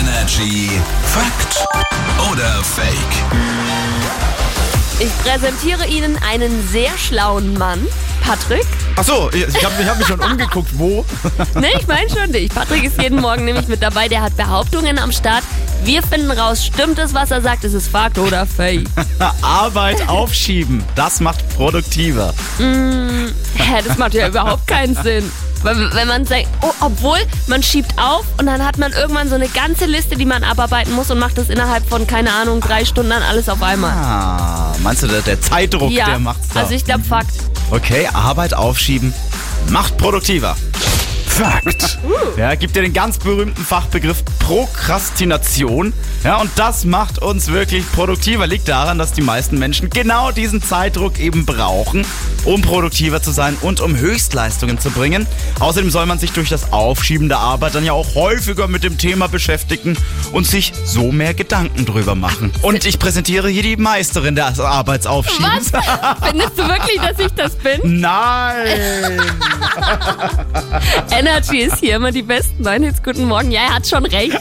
Energy Fakt oder Fake? Ich präsentiere Ihnen einen sehr schlauen Mann, Patrick. Ach so, ich habe ich hab mich schon umgeguckt, wo. Ne, ich meine schon dich. Patrick ist jeden Morgen nämlich mit dabei. Der hat Behauptungen am Start. Wir finden raus, stimmt es, was er sagt? Ist es Fakt oder Fake? Arbeit aufschieben, das macht produktiver. Hä, das macht ja überhaupt keinen Sinn. Weil, Wenn man sagt, oh, obwohl, man schiebt auf und dann hat man irgendwann so eine ganze Liste, die man abarbeiten muss und macht das innerhalb von, keine Ahnung, drei Stunden dann alles auf einmal. Ah, meinst du, der, der Zeitdruck, ja, der macht's da? also ich glaube Fakt. okay, Arbeit aufschieben macht produktiver. Fakt. Ja, gibt dir den ganz berühmten Fachbegriff Prokrastination. Ja, und das macht uns wirklich produktiver. Liegt daran, dass die meisten Menschen genau diesen Zeitdruck eben brauchen, um produktiver zu sein und um Höchstleistungen zu bringen. Außerdem soll man sich durch das Aufschieben der Arbeit dann ja auch häufiger mit dem Thema beschäftigen und sich so mehr Gedanken drüber machen. Und ich präsentiere hier die Meisterin des Arbeitsaufschiebens. Was? Findest du wirklich, dass ich das bin? Nein! Energy ist hier immer die besten. Nein, jetzt guten Morgen. Ja, er hat schon recht.